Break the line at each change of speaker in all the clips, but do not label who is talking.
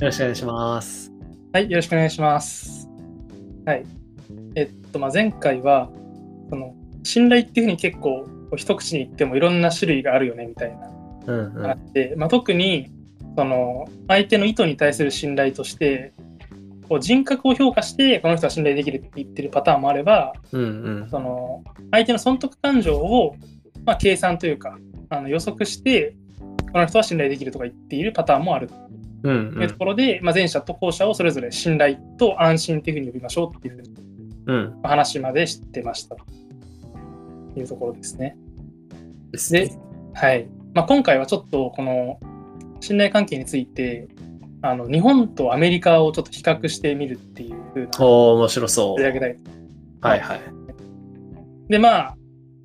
ろしくお願いします。
はい、よろしくお願いします。はい。えっと、まあ、前回は、その、信頼っていうふうに結構、こう一口に言ってもいろんな種類があるよね、みたいな
うん
話で、まあ、特に、その、相手の意図に対する信頼として、こう人格を評価して、この人は信頼できるって言ってるパターンもあれば、
うんうん
その、相手の損得感情を、まあ、計算というか、あの予測して、この人は信頼できるとか言っているパターンもある
うん
というところで、まあ、前者と後者をそれぞれ信頼と安心というふうに呼びましょうっていうふうに
うんうん
話までしてましたというところですね。
です
で、はいまあ、今回はちょっとこの信頼関係についてあの日本とアメリカをちょっと比較してみるっていうふうな
おー面白そ
取り上
う。
げたい。
はいはい。
でまあ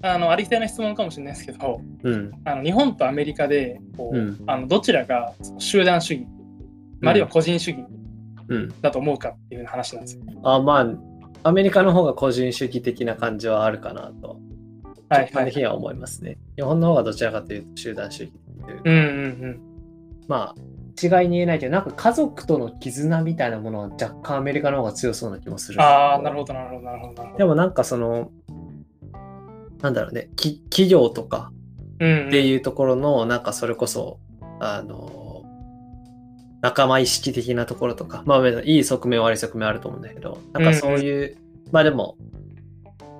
あのありきたりな質問かもしれないですけど
うん
あの日本とアメリカでこう、
うん
あのどちらがその集団主義、まああるいは個人主義
うん。
だと思うかっていう話なんですよ。
あまあアメリカの方が個人主義的な感じはあるかなと。
はい
基本
は
的
い、
には思いますね。日本の方がどちらかというと集団主義というか
うんうんうん
まあ一概に言えないけどなんか家族との絆みたいなものは若干アメリカの方が強そうな気もする。
ああ、なるほど、なるほど、なるほど。なるほ
で
ど
もなんかそのなんだろうねき企業とか
うん、
っていうところのなんかそれこそあの仲間意識的なところとかまあいい側面悪い側面あると思うんだけどなんかそういう、まあでも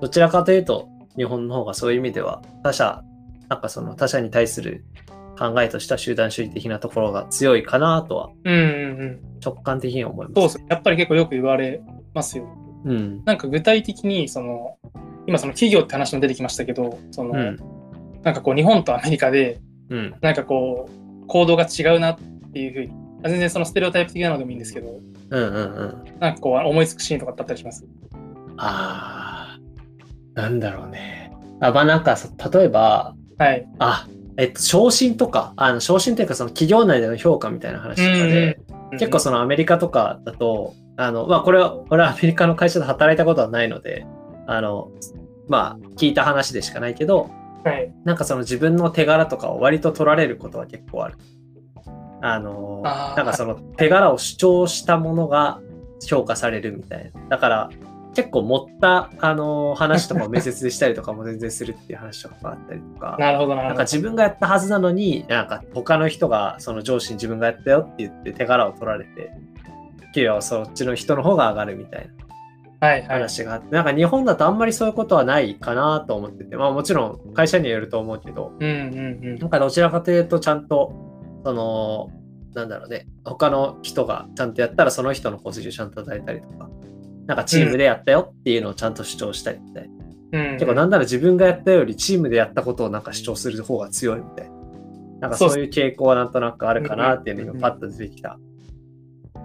どちらかというと日本の方がそういう意味では他者なんかその他者に対する考えとした集団主義的なところが強いかなとは
うんうんうん。
直感的には思います。
そうですね。やっぱり結構よく言われますよ。
うん
なんか具体的に、その、今その企業って話も出てきましたけど、その、
うん
なんかこう日本とアメリカで、
うん
なんかこう、行動が違うなっていうふうに、あ全然そのステレオタイプ的なのでもいいんですけど、
うんうんうん。
なんかこう思いつくシーンとかってあったりします。
ああなんだろうね。あまあなんかそ例えば
はい。
あ、えっと、昇進とか、あの昇進というか、その企業内での評価みたいな話とかで、結構そのアメリカとかだと、あの、まあ、これは、俺はアメリカの会社で働いたことはないので、あの、まあ、聞いた話でしかないけど、
うん、はい。
なんかその自分の手柄とかを割と取られることは結構ある。あの
あー
なんかその手柄を主張したものが評価されるみたいな。だから結構持った、あの話とかを面接でしたりとかも全然するっていう話とかあったりと か。
なるほど、な
な
る
ん
ほ
か
ど。
自分がやったはずなのに、なんか他の人が、その上司に自分がやったよって言って手柄を取られて、給料はそっちの人の方が上がるみたい
はい
な
はい。
話があって、なんか日本だとあんまりそういうことはないかなと思ってて、まあもちろん会社にはよると思うけど、
うんうんうん
なんかどちらかというとちゃんと、その、なんだろうね、他の人がちゃんとやったらその人の功績をちゃんと与えたりとか、なんかチームでやったよっていうのをちゃんと主張したりみたいな。
うんうん。
結構なんなら自分がやったよりチームでやったことをなんか主張する方が強いみたいな。なんかそういう傾向はなんとなくあるかなっていうのがパッと出てきた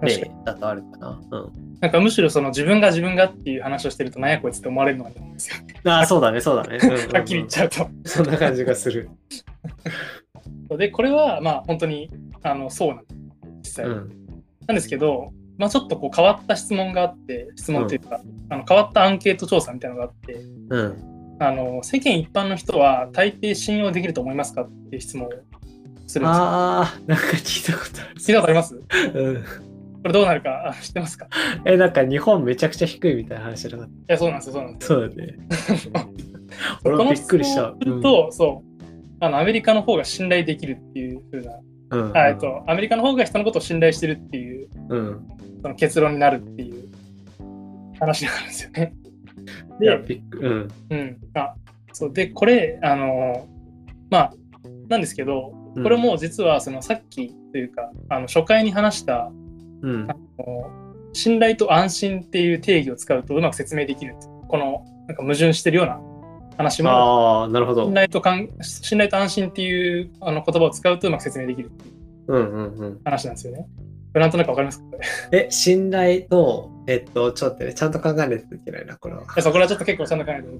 確か
例だとあるかな。うん。
になんかむしろその自分が自分がっていう話をしてると、なんやこいつって思われるのがいいんですよ。
ああ、そうだね、そうだね。うん うんうん
はっきり言っちゃうと。
そんな感じがする。
でこれはまあ本当にあのそうなんです実際、
うん。
なんですけど、まあ、ちょっとこう変わった質問があって質問というか、あの変わったアンケート調査みたいなのがあって
うん。
あの世間一般の人は大抵信用できると思いますかっていう質問をするんですよ
ああ、なんか聞いたことある。
聞いたことありますこ
うん。
れどうなるかあ知ってますかい
え、なんか日本めちゃくちゃ低いみたいな話じゃなかっ
やそうなんですよそうなんで
た。
すよ
そうだね。 俺もびっくりした。
この質問をすると、そうあのアメリカの方が信頼できるっていう風な、
うん、うん。
あえっとアメリカの方が人のことを信頼してるっていう
うん。
その結論になるっていう話なんですよね
いや、びっくり。うん。
うん、あそうでこれあのまあなんですけどこれ、も実はそのさっきというかあの初回に話した
うん。
あの信頼と安心っていう定義を使うとうまく説明できるこのなんか矛盾してるような話も
ああ、なるほど
信。頼とかん信頼と安心っていうあの言葉を使うとうまく説明できるっていう
うんうんうん。
話なんですよね。これなんとなくわかりますか い
え、信頼と、えっと、ちょっと待ってね、ちゃんと考えないといけないな、これは。
やそうこれはちょっと結構そんな感じで。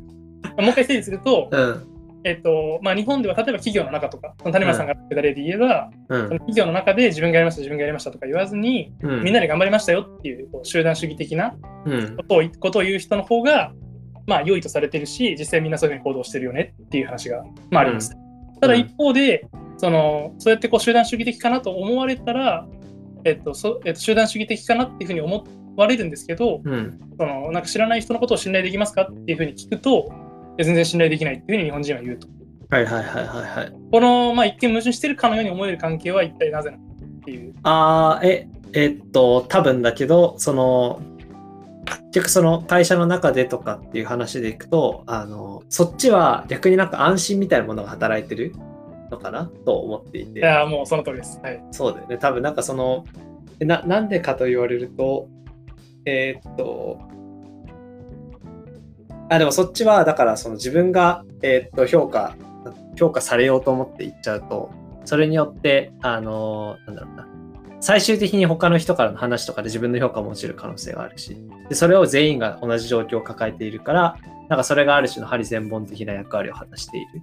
もう一回整理すると、
うん、
えっとまあ、日本では例えば企業の中とか、その谷村さんが言った例で言えば、
う
その
ん、
企業の中で自分がやりました、自分がやりましたとか言わずに、
うん。
みんなで頑張りましたよっていうこう集団主義的な
うん
こ、とをことを言う人の方が、まあ、良いとされてるし、実際みんなそういうふうに行動してるよねっていう話が、まあ、あります。ただ一方で、そのそうやってこう集団主義的かなと思われたら、えっとそえっと、集団主義的かなっていうふうに思われるんですけど、
うん。
そのなんか知らない人のことを信頼できますかっていうふうに聞くと、いや全然信頼できないっていうふうに日本人は言うと。
はいはいはいはいはい。
この、まあ、一見矛盾してるかのように思える関係は一体なぜなのかっていう。
ああ、え、えっと、多分だけど、その、結局その会社の中でとかっていう話でいくと、あの、そっちは逆になんか安心みたいなものが働いてるのかなと思っていて。
いやー、もうその通りです。はい。
そうだよね。多分なんかその、えななんでかと言われると、えーっと、あ、でもそっちは、だからその自分が、えーっと、評価、評価されようと思っていっちゃうと、それによって、あのーなんだろうな、最終的に他の人からの話とかで自分の評価も落ちる可能性があるし、でそれを全員が同じ状況を抱えているから、なんかそれがある種のハリセンボン的な役割を果たしている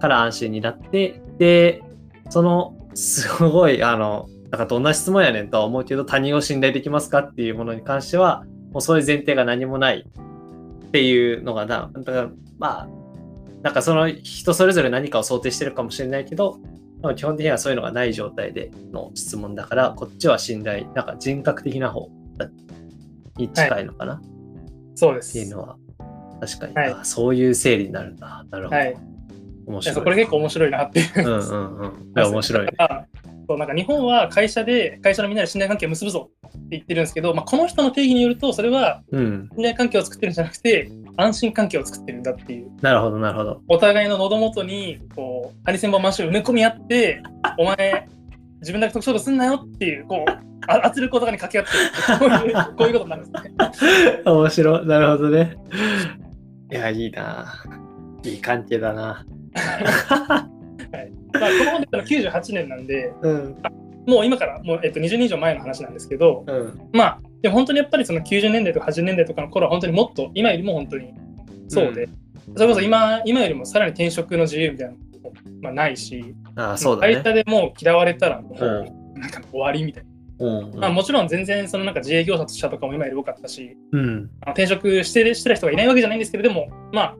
から安心になって、で、そのすごいあのなんかどんな質問やねんとは思うけど他人を信頼できますかっていうものに関してはもうそういう前提が何もないっていうのがなだからまあなんかその人それぞれ何かを想定してるかもしれないけどでも基本的にはそういうのがない状態での質問だからこっちは信頼なんか人格的な方に近いのかな、っ
そうです。
ていうのは確かに、
はい
あそういう整理になるんだなるほど、
はい。
面
いや
白
そう
い
これ結構面白いなってい
う
う。
んうん うんいや面白いね
あ そうなんか日本は会社で会社のみんなで信頼関係を結ぶぞって言ってるんですけど、まあ、この人の定義によるとそれは
うん
信頼関係を作ってるんじゃなくて安心関係を作ってるんだっていう
なるほどなるほど
お互いの喉元にこうハリセンボンマッシュを埋め込み合ってお前自分だけ特徴度すんなよっていうこうあ圧力をお互いに掛け合ってるこういうこういうことになるんですね。
面白い。なるほどね。いや、いいな。いい関係だな。
まあ、この本で言ったの98年なんで
うん。
もう今からもう、えっと、20年以上前の話なんですけど、
うん。
まあ、でも本当にやっぱりその90年代とか80年代とかの頃は本当にもっと今よりも本当にそうで、それこそ今今よりもさらに転職の自由みたいなのも、まあ、ないし、
ああ、そうだね
会。社でもう嫌われたらもう、
う
なんか終わりみたいな、
うん。
まあ、もちろん全然そのなんか自営業者としてとかも今より多かったし
うん。
あの転職してしてた人がいないわけじゃないんですけれどもまあ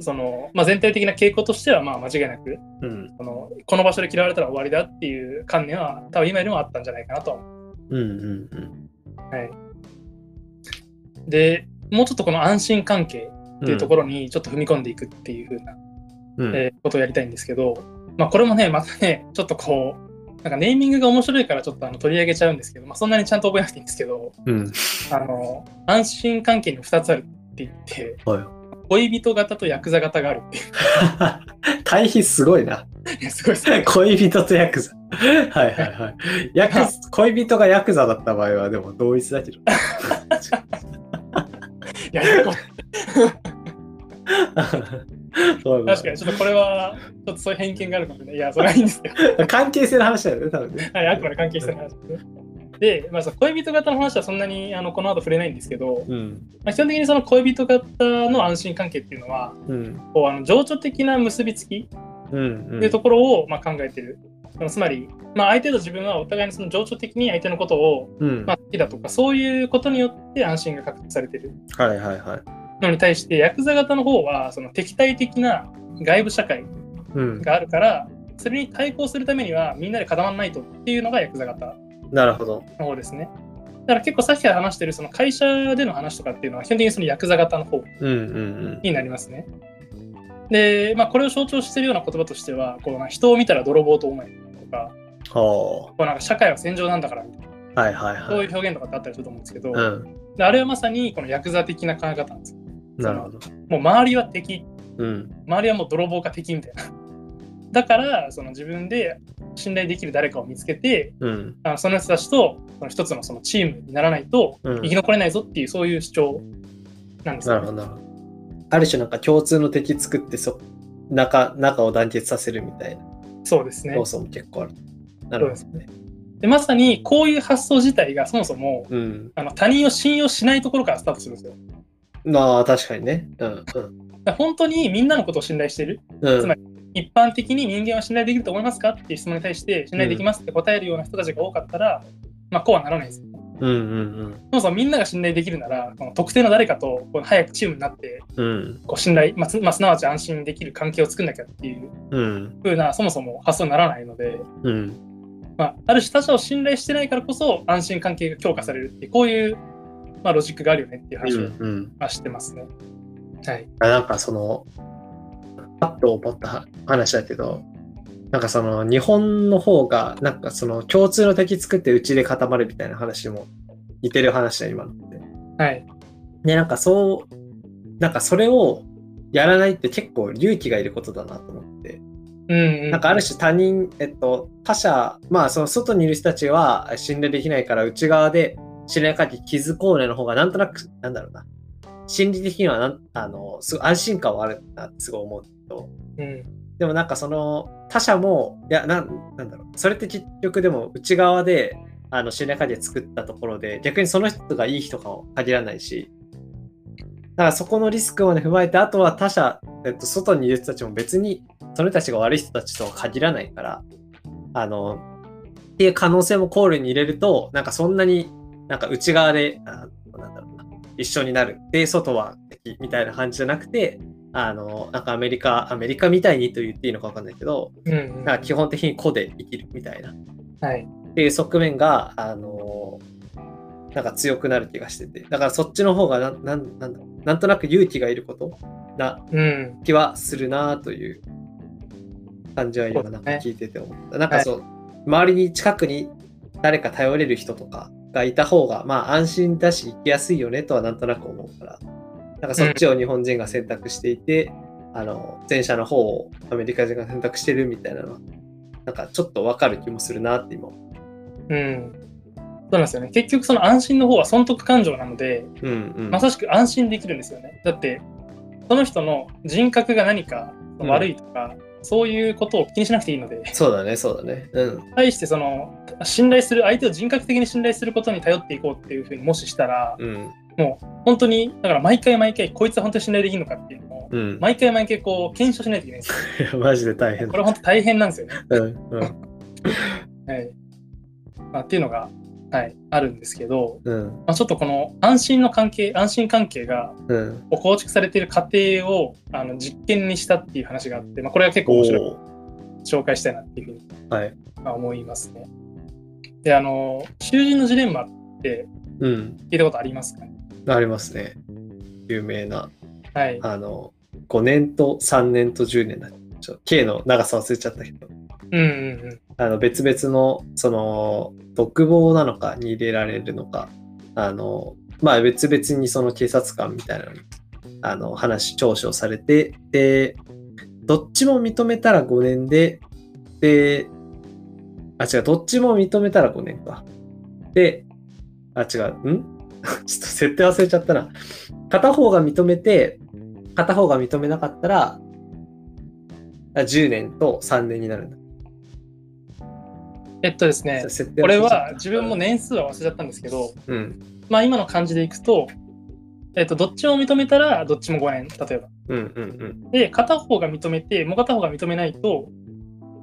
そのまあ、全体的な傾向としてはまあ間違いなく
うん。
そのこの場所で嫌われたら終わりだっていう観念は多分今よりもあったんじゃないかなとは思
う
う
ん。うん。うん。
でもうちょっとこの安心関係
っ
っていうとこ
ろ。
ろにちょっと踏み込んでいくっていう風な、
うん。
えーことをやりたいんですけど、まあ、これもねまたねちょっとこうなんかネーミングが面白いからちょっとあの取り上げちゃうんですけど、まあ、そんなにちゃんと覚えなくていいんですけど
うん。
あの安心関係に2つあるって言って
は
恋人型とヤクザ型があるっていう
い。対比すごいな。
ねすごいですね。
恋人とヤクザ。はいはいはい。ヤクザ恋人がヤクザだった場合は、でも同一だけど。
いやいや
そうだ
確かにちょっとこれはちょっとそういう偏見があるかもねいやそれはいいんですけど、
関係性の話だよね、多分ね。
はい、あくまで関係してる話ですね。で、まあ、その恋人型の話はそんなにあのこの後触れないんですけど、
うん。
まあ、基本的にその恋人型の安心関係っていうのは
うん。
こうあの情緒的な結びつき
うん。
と
う。
いうんところを、まあ、考えてる。そのつまり、まあ、相手と自分はお互いにその情緒的に相手のことを、
うん。は
まあ、好きだとかそういうことによって安心が獲得されてる
いはいはい。
のに対してヤクザ型の方はその敵対的な外部社会
うん。
があるからそれに対抗するためにはみんなで固まらないとっていうのがヤクザ型
なるほど。
の方ですね。だから結構さっきから話してるその会社での話とかっていうのは基本的にそのヤクザ型の方
うんうん
になりますね。で、まあ、これを象徴しているような言葉としては、こうな人を見たら泥棒と思えとか、
うん。ほ
こうなんか社会は戦場なんだからみたいな、
う。はいはい
そう
はいい。
う表現とかってあったりすると思うんですけど、
うん。
であれはまさにこのヤクザ的な考え方なんですよ。
なるほど。
もう周りは敵、
うん。
周りはもう泥棒か敵みたいな。 だから、その自分で信頼できる誰かを見つけて、
うん。
あのその人たちとその一つのそのチームにならないと
うん
生き残れないぞっていう、そういう主張なんです
な
よ
るほど。なるほど。ある種なんか共通の敵作ってそ中中を団結させるみたいな
そうですね
要。素も結構ある。なるほどね。
でまさにこういう発想自体がそもそも
うん。
あの他人を信用しないところからスタートするんですよ。
まあ確かにね。うんうん。
だから本当にみんなのことを信頼してる。
うん、
つま一般的に人間は信頼できると思いますかっていう質問に対して信頼できますって答えるような人たちが多かったら、まあこうはならないです。そ
うんうん
もそもみんなが信頼できるなら、この特定の誰かとこう早くチームになって、
うん。
こう信頼、まあすまあすなわち安心できる関係を作んなきゃっていう
うん。
風な、そもそも発想にならないので、
うん。
まあ、ある種他者を信頼してないからこそ安心関係が強化されるっていうこういう、まあ、ロジックがあるよねっていう話
う
を、
んうん、
まあ、してますね。はい。
あなんかその、パッと思った話だけど、なんかその日本の方が、なんかその共通の敵作ってうちで固まるみたいな話も似てる話だ、今のって。
はい。
で、なんかそう、なんかそれをやらないって結構勇気がいることだなと思って。
うん、うん。
なんかある種他人、えっと、他者、まあその外にいる人たちは信頼できないから内側で信頼関係築こうねの方がなんとなく、なんだろうな。心理的にはなん、あの、すごい安心感はあるなってすごい思うけど、
うん。
でもなんかその他者も、いや、なんなんだろう。それって結局でも内側であの信頼関係作ったところで、逆にその人がいい人かも限らないし、だからそこのリスクを、ね、踏まえて、あとは他者、えっと、外にいる人たちも別にその人たちが悪い人たちとは限らないから、あの、っていう可能性も考慮に入れると、なんかそんなになんか内側で、あなんだろうな、一緒になる。で、外は敵みたいな感じじゃなくて、あの、なんかアメリカ、アメリカみたいにと言っていいのかわかんないけど、
うん、うん。
なんか基本的に個で生きるみたいな、っ
はい。
ていう側面が、あの、なんか強くなる気がしてて、だからそっちの方がな、なんなんだろうなんとなく勇気がいることな
うん。
気はするなという感じは今なんか聞いてて思った。なんかそう、周りに近くに誰か頼れる人とかがいた方が、まあ安心だし行きやすいよねとはなんとなく思うから、なんかそっちを日本人が選択していて、あの、前者の方をアメリカ人が選択してるみたいなのは、なんかちょっとわかる気もするなって今思
うん。そうなんですよね。結局その安心の方は損得感情なので、
う。うんうん。
まさしく安心できるんですよね。だって、その人の人格が何か
うん
悪いとか、そういうことを気にしなくていいので、
そうだね、そうだね。うん。
対してその信頼する、相手を人格的に信頼することに頼っていこうっていうふうにもししたら、
うん。
本当に、だから毎回毎回、こいつは本当に信頼できるのかっていうのを、
うん。
毎回毎回こう検証しないといけないんです よ。
マジで大変
これ本当大変なんですよね。
うんうん。
はいまあ、っていうのが、はい、あるんですけど、
うん。
まあ、ちょっとこの安心の関係、安心関係が
うん。
こう構築されている過程をあの実験にしたっていう話があって、まあ、これは結構面白い
お
紹介したいなっていうふうに
ーはい。
まあ思いますね。であの囚人のジレンマって
うん。
聞いたことありますかね
ありますね。有名な、
はい、
あの、5年と3年と10年だ。ちょっと、K の長さ忘れちゃったけど、
うんうんうん
あの、別々の、その、独房なのかに入れられるのか、あの、まあ、別々にその警察官みたいなのに、あの、話、聴取をされて、で、どっちも認めたら5年で、で、あ、違う、どっちも認めたら5年か。で、あ、違う、ん ちょっと設定忘れちゃったな。片方が認めて、片方が認めなかったら、あ10年と3年になるんだ。
えっとですね、
設定
こ
忘
れ
ちゃった
は自分も、年数は忘れちゃったんですけど、
うん、
まあ、今の感じでいくと、えっと、どっちも認めたらどっちも5年、例えば。
うん、うん、
で、片方が認めて、もう片方が認めないと、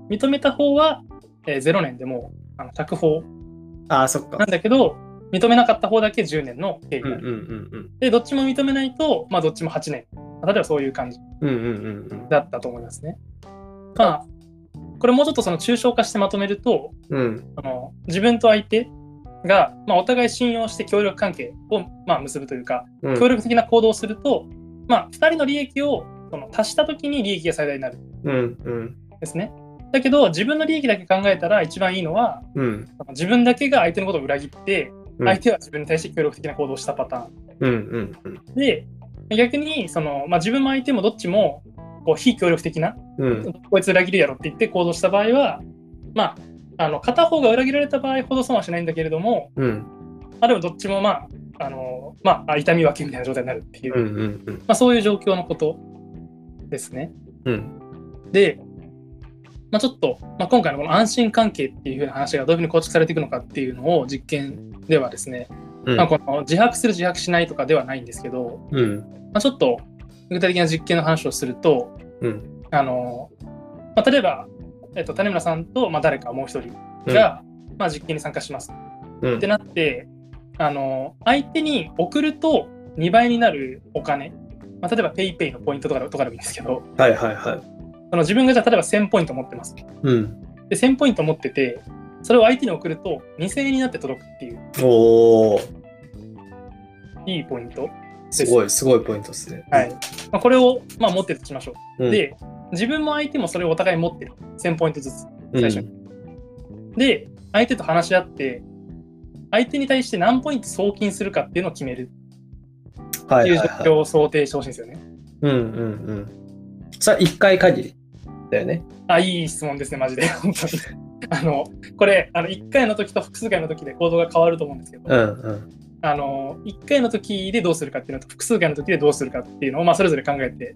認めた方は、えー0年でもうあの釈放
うん。ああ、そっか
なん。だけど、認めなかった方だけ10年の刑
う
が
ん、
あ
うん、
る、
うん、
で、どっちも認めないと、まあ、どっちも8年。例えばそういう感じ
うん、うん、うん、うん
だったと思いますね。まあ、これもうちょっとその抽象化してまとめると、
うん、うん、
あの自分と相手が、まあ、お互い信用して協力関係を、まあ、結ぶというか、
うん、
協力的な行動をすると、まあ、2人の利益をその足した時に利益が最大になるん
うん、うん、
ですね。だけど自分の利益だけ考えたら一番いいのは
うん、
その自分だけが相手のことを裏切って
うん
相手は自分に対して協力的な行動をしたパタ
う
ーン
ん、うん、
で逆にその、まあ、自分も相手もどっちもこう非協力的な
うん、
こいつ裏切るやろって言って行動した場合は、まあ、あの片方が裏切られた場合ほど損はしないんだけれども
うん、
まあ、でもどっちもまあ、あのまあ、痛み分けみたいな状態になるっていう、
うん、うん、うん、
まあ、そういう状況のことですね。
うん、
で、まあ、ちょっと、まあ、今回のこの安心関係っていうふうな話がどういうふうに構築されていくのかっていうのを実験ではですね、
うん
まあ、この自白する自白しないとかではないんですけど、
うん、
まあ、ちょっと具体的な実験の話をすると、
うん、
あのまあ、例えば、えっと、種村さんと、まあ、誰かもう一人が、まあ、実験に参加します
うん、
ってなってあの相手に送ると2倍になるお金、まあ、例えば PayPay ペイペイのポイントとかでとかでもいいんですけど
はい、はい、はい。
その自分がじゃあ例えば1000ポイント持ってます
うん、
で1000ポイント持っててそれを相手に送ると2000円になって届くっていう
おお
いいポイント、
すごい、すごいポイントですね。
はい。まあ、これを、まあ、持ってるとしましょう、
うん、
で自分も相手もそれをお互い持ってる1000ポイントずつ
うん、
最初にで相手と話し合って相手に対して何ポイント送金するかっていうのを決めるっ
は
て
い
いう
はい
状
はい
況を想定してほしいんですよね、
うんうんうん。それ1回限りだよね。
あいい質問ですねマジで本当にあのこれあの1回の時と複数回の時で行動が変わると思うんですけど、
うんうん。
あの1回の時でどうするかっていうのと複数回の時でどうするかっていうのを、まあ、それぞれ考えて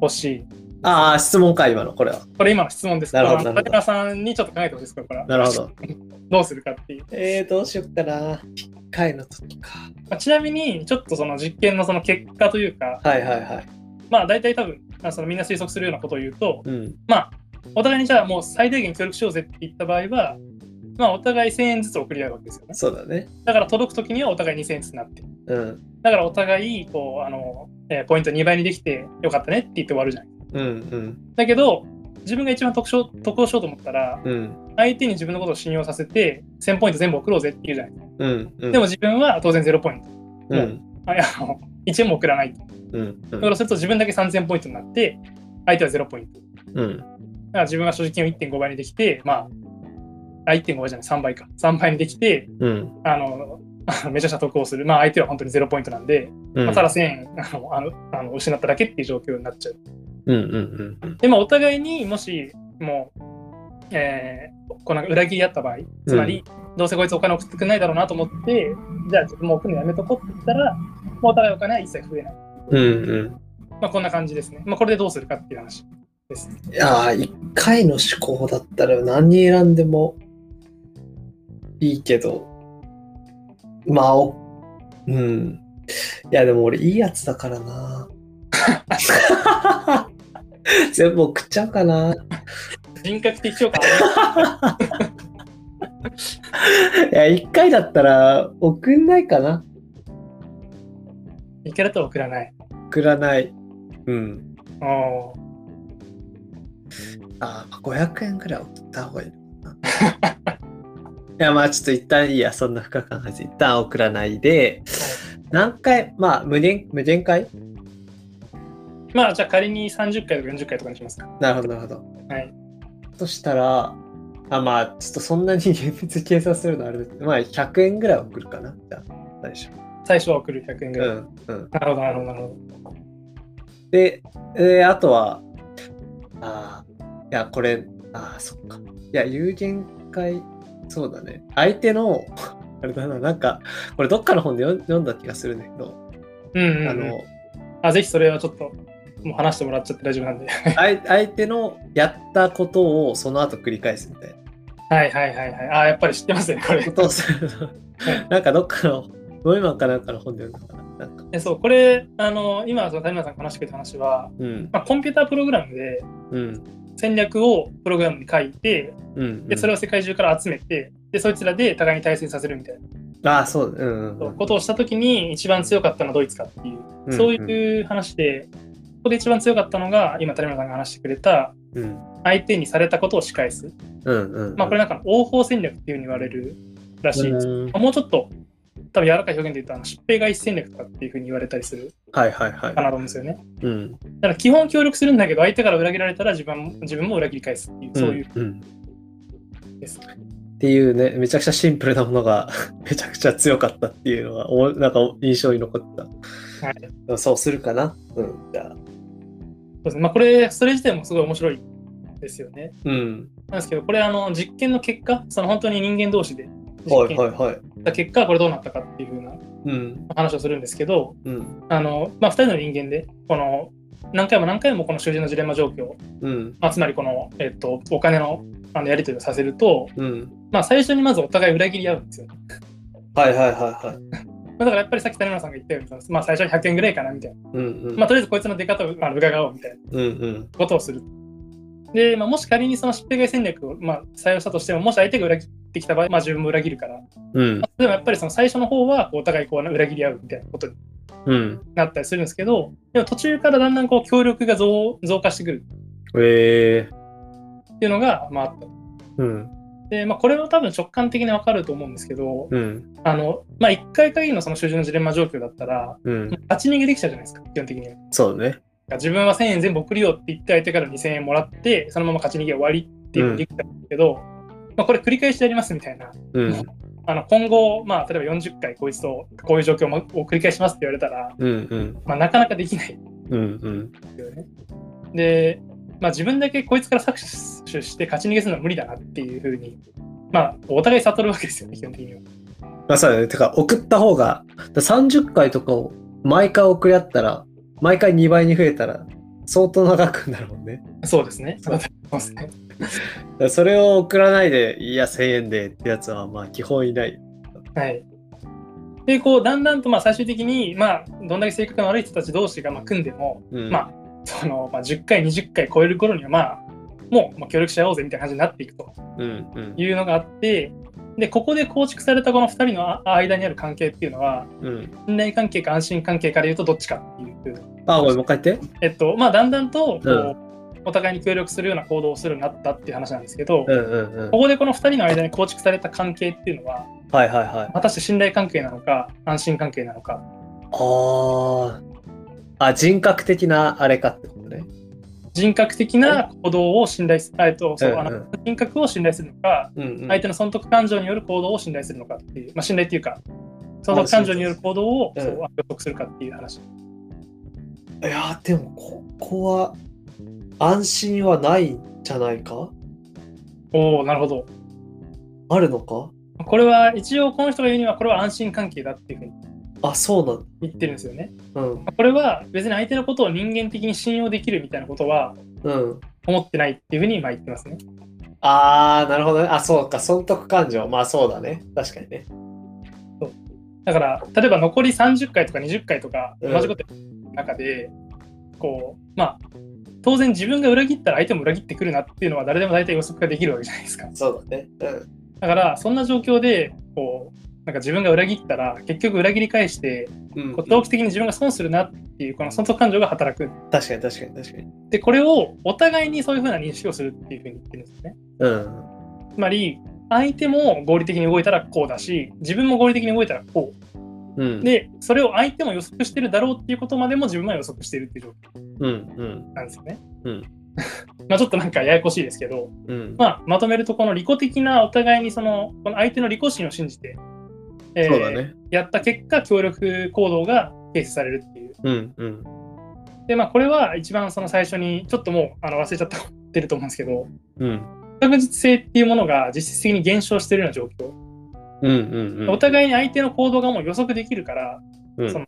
ほしい
ああ、質問か、今の、これは。
これ今の質問です
なるほど
これは
なるほ
竹村さんにちょっと考えてほしいですこれから
なるほど。
どうするかっていう、
えー、どうしよっかな。1回の時か。
まあ、ちなみにちょっとその実験のその結果というか
はいはいはい。
まあ大体多分あそのみんな推測するようなことを言うと
うん。
まあお互いにじゃあもう最大限協力しようぜって言った場合はまあお互い1000円ずつ送り合うわけですよね
そうだね。
だから届く時にはお互い2000円ずつになって
うん。
だからお互いこうあの、えーポイント2倍にできてよかったねって言って終わるじゃん
うんうん
だけど自分が一番得勝得をしようと思ったら
うん。
相手に自分のことを信用させて1000ポイント全部送ろうぜって言うじゃない
うんうん。
でも自分は当然0ポイント
うん
あいやあの1円も送 らないだ
うんう
か
ん
らすると自分だけ3000ポイントになって相手は0ポイントだ
うん
から自分は所持金を1.5倍にできてまああ1.5倍じゃない3倍か3倍にできて
うん
あの めちゃくちゃ得をするまあ相手は本当に0ポイントなんで、
うん
まあただ1000円 あのあのあの失っただけっていう状況になっちゃう
うんうんうん
で、まあ、お互いにもし、もう、えーこうなんか裏切り合った場合、つまり、どうせこいつお金送ってくんないだろうなと思って、じゃあ自分も送るのやめとこうって言ったら、もうお互いお金は一切増えない。
うんうん
まあ、こんな感じですね。まあ、これでどうするかっていう話です。
いやー一回の思考だったら何選んでもいいけどまあおうんいやでも俺いいやつだからな全部送っちゃうかな
人格的評価
いや一回だったら送んないかない
けると送らない。
送らないうん
おー
あーまあ500円ぐらい送った方がいいのかな いやまあちょっと一旦いいやそんな深く考えず一旦送らないで何回まあ無限無限回
まあ、じゃあ仮に30回とか40回とかにしますか。
なるほどなるほど
はい。
としたらあまあちょっとそんなに 厳密に計算するのあれですけどまあ100円ぐらい送るかなじゃあ最初
最初は送る100円ぐ
う
らい。
んうん
なるほど、なるほど、なるほど。
で、えーあとはあーいやこれあーそっかいや有限回そうだね相手の あれだななんかこれどっかの本で読ん読んだ気がするんだけど、
うんうん、うん
あの
あ、ぜひそれはちょっと、もう話してもらっちゃって大丈夫なんで。
相相手のやったことをその後繰り返すみたいな
はいはいはいはい。あ、やっぱり知ってますね、これ
こ。とをするのなんかどっかのノイマンかなんかの本で読んだかななんか
えそうこれあの今その谷村さんが話してくれた話は、
うん
まあ、コンピュータープログラムで
うん
戦略をプログラムに書いて
うん
でそれを世界中から集めてでそいつらで互いに対戦させるみたい
ああそううんう
なんことをした時に一番強かったのはドイツかっていう、
うん
そういう話でここで一番強かったのが今谷村さんが話してくれた
うん
相手にされたことを仕返す、
うんうん
まあ、これなんか応報戦略っていうふうに言われるらしいんです、
うん
まあもうちょっと多分柔らかい表現で言うとあの疾病外出戦略とかっていうふうに言われたりする
はいはいはい
かなと思うんですよね。
うん
だから基本協力するんだけど相手から裏切られたら自分も自分も裏切り返すっていうそういう、
うんうん
です
っていうねめちゃくちゃシンプルなものが めちゃくちゃ強かったっていうのがおなんか印象に残った
はい
うんそうするかなうんじゃあ
そうですねまあこれそれ自体もすごい面白いですよね
うん
なんですけどこれあの実験の結果その本当に人間同士で実
はい
験
はい
し
はい
た結果これどうなったかっていうふうな
うん
話をするんですけど
うん
あの、まあ、2人の人間でこの何回も何回もこの囚人のジレンマ状況、
うん
まあ、つまりこの、えっと、お金のあのやり取りをさせると、
うん
まあ、最初にまずお互い裏切り合うんですよね、
はいはいはいはい
まあだからやっぱりさっき谷村さんが言ったように、まあ、最初に100円ぐらいかなみたいな、
うんうん
まあ、とりあえずこいつの出方をあの伺おうみたいな。
うんうん
ことをする。で、まあ、もし仮にその疾病外戦略を、まあ、採用したとしても、もし相手が裏切ってきた場合、まあ、自分も裏切るから、ま
うん
あ でもやっぱりその最初の方はこうお互いこう裏切り合うみたいなことに
うん
なったりするんですけど、でも途中からだんだんこう協力が増増加してくる
ええ
っていうのが、まあ、あった。
うん
で、まあ、これは多分直感的にわかると思うんですけど、
うん。
あの、まあ、一回限りのその収集のジレンマ状況だったら、
うん。
立ち逃げできちゃうじゃないですか、基本的に。
そうね。
自分は1000円全部送るよって言って相手から2000円もらって、そのまま勝ち逃げ終わりっていうのができたんですけど、まあ、これ繰り返してやりますみたいな。
うん。
あの今後、まあ、例えば40回こいつとこういう状況を繰り返しますって言われたら、
うん。うん。
まあ、なかなかできない
うん。うん。
ですよね。で、まあ、自分だけこいつから搾取して勝ち逃げするのは無理だなっていうふうに、まあ、お互い悟るわけですよね、基本的には。
まあそうだね。てか、送った方が、だ30回とかを毎回送り合ったら、毎回2倍に増えたら、相当長くなるもんね。
そうですね。
そう
です
だ
ね。
からそれを送らないで、いや、1000円でってやつは、まあ基本いない。
はい。で、こう、だんだんと、まあ、最終的に、まあ、どんだけ性格の悪い人たち同士が、まあ、組んでも、
うん。
まあその、まあ、10回、20回超える頃には、まあ、もう、まあ、協力し合おうぜみたいな感じになっていくと
うん。うん。
いうのがあって、で、ここで構築されたこの2人のあ間にある関係っていうのは、
うん。
信頼関係か安心関係から言うとどっちかっていう
あ、ごめん、もう一回言って。
えっとまあ、だんだんとこう、
うん
お互いに協力するような行動をするようになったっていう話なんですけど、
う
こ
んうんうん。
こでこの2人の間に構築された関係っていうのは
はいはいはい。
果たして信頼関係なのか安心関係なのか
ああ。あ、人格的なあれかってことね。
人格的な行動を信頼する、えっとそう
うん
あの人格を信頼するのか
うんうん
相手の損得感情による行動を信頼するのかっていう、まあ、信頼っていうか損得感情による行動を
う
そ
ん
う予測するかっていう話、
いやーでもここは安心はないんじゃないか
おおなるほど
あるのか
これは一応この人が言うにはこれは安心関係だっていうふうに
あそう
言ってるんですよね
なん
これは別に相手のことを人間的に信用できるみたいなことは
うんうん
思ってないっていうふうに今言ってますね。
ああなるほどねあそうか損得感情まあそうだね確かにね
だから例えば残り30回とか20回とか
うん
同じことの中で、こうまあ当然自分が裏切ったら相手も裏切ってくるなっていうのは誰でも大体予測ができるわけじゃないですか。
そうだね
だからそんな状況でこうなんか自分が裏切ったら結局裏切り返して
うん、うん
こう長期的に自分が損するなっていうこの損得感情が働く。
確かに確かに確かに
でこれをお互いにそういうふうな認識をするっていうふうに言ってるんですね。
うん
つまり相手も合理的に動いたらこうだし自分も合理的に動いたらこ
うん
うでそれを相手も予測してるだろうっていうことまでも自分は予測してるっていう状況
うん
なんですよね。
うん
まあちょっとなんかややこしいですけど、
うんうん
まあ、まとめるとこの利己的なお互いにそのこの相手の利己心を信じて、えー
そうだね
やった結果協力行動が形成されるっていう。
うんうん
でまあこれは一番その最初にちょっともうあの忘れちゃったってると思うんですけど
うん
不確実性っていうものが実質的に減少してるような状況。
うんうん
お互いに相手の行動がもう予測できるから、
うん
その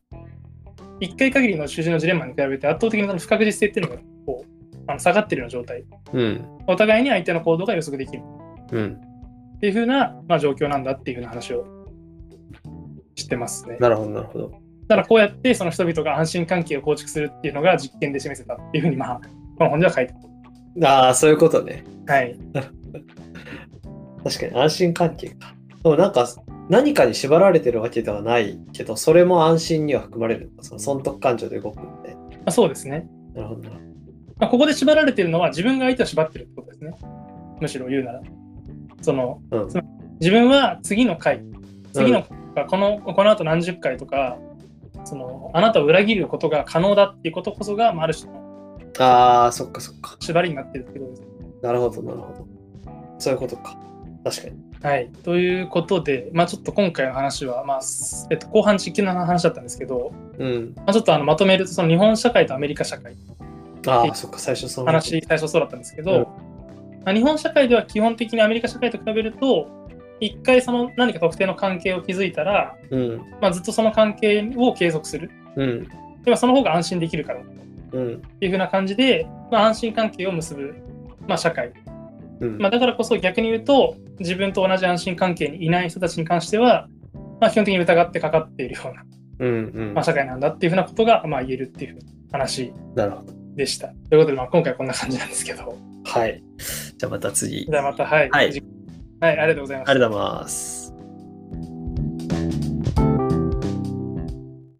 1回限りの囚人のジレンマに比べて圧倒的にその不確実性っていうのがこうあの下がってるような状態。
うん
お互いに相手の行動が予測できる
うん
っていう風な、まあ、状況なんだっていう風な話をしてますね。だ
なるほどなるほど
からこうやってその人々が安心関係を構築するっていうのが実験で示せたっていう風にまあ、この本では書いて
ああそういうことね
ある。はい。
確かに安心関係か。でもなんか何かに縛られてるわけではないけど、それも安心には含まれるのか。その損得感情で動くみたいな。
まあ、そうですね。
なるほどな。
まあ、ここで縛られてるのは自分が相手を縛ってるってことですね。むしろ言うなら。その
うん。
自分は次の回次の、このこの後何十回とかそのあなたを裏切ることが可能だっていうことこそが、まあ、ある種の
ああ、そっかそっか。
縛りになってるってことです。
なるほど、なるほど。そういうことか。確かに。
はい、ということで、まあ、ちょっと今回の話は、まあすえっと、後半実験の話だったんですけど、
うん。
まあ、ちょっとあのまとめるとその日本社会とアメリカ社会
ああ、そっか、最初その
話。最初そうだったんですけど、まあ、日本社会では基本的にアメリカ社会と比べると一回その何か特定の関係を築いたら、
うん。
まあ、ずっとその関係を継続する
うん。
ではその方が安心できるから
うん。
っていう風な感じで、まあ、安心関係を結ぶ、まあ、社会、
うん。
まあ、だからこそ逆に言うと自分と同じ安心関係にいない人たちに関しては、まあ、基本的に疑ってかかっているような、
うん。うん
まあ、。社会なんだっていう風なことが、まあ、言えるっていう風な話
なるほど。
でした。ということで、まあ、今回はこんな感じなんですけど
はい。じゃあまた次。
じゃあまたはい、
はい
次回はい、ありがとうございました
ありがとうございます。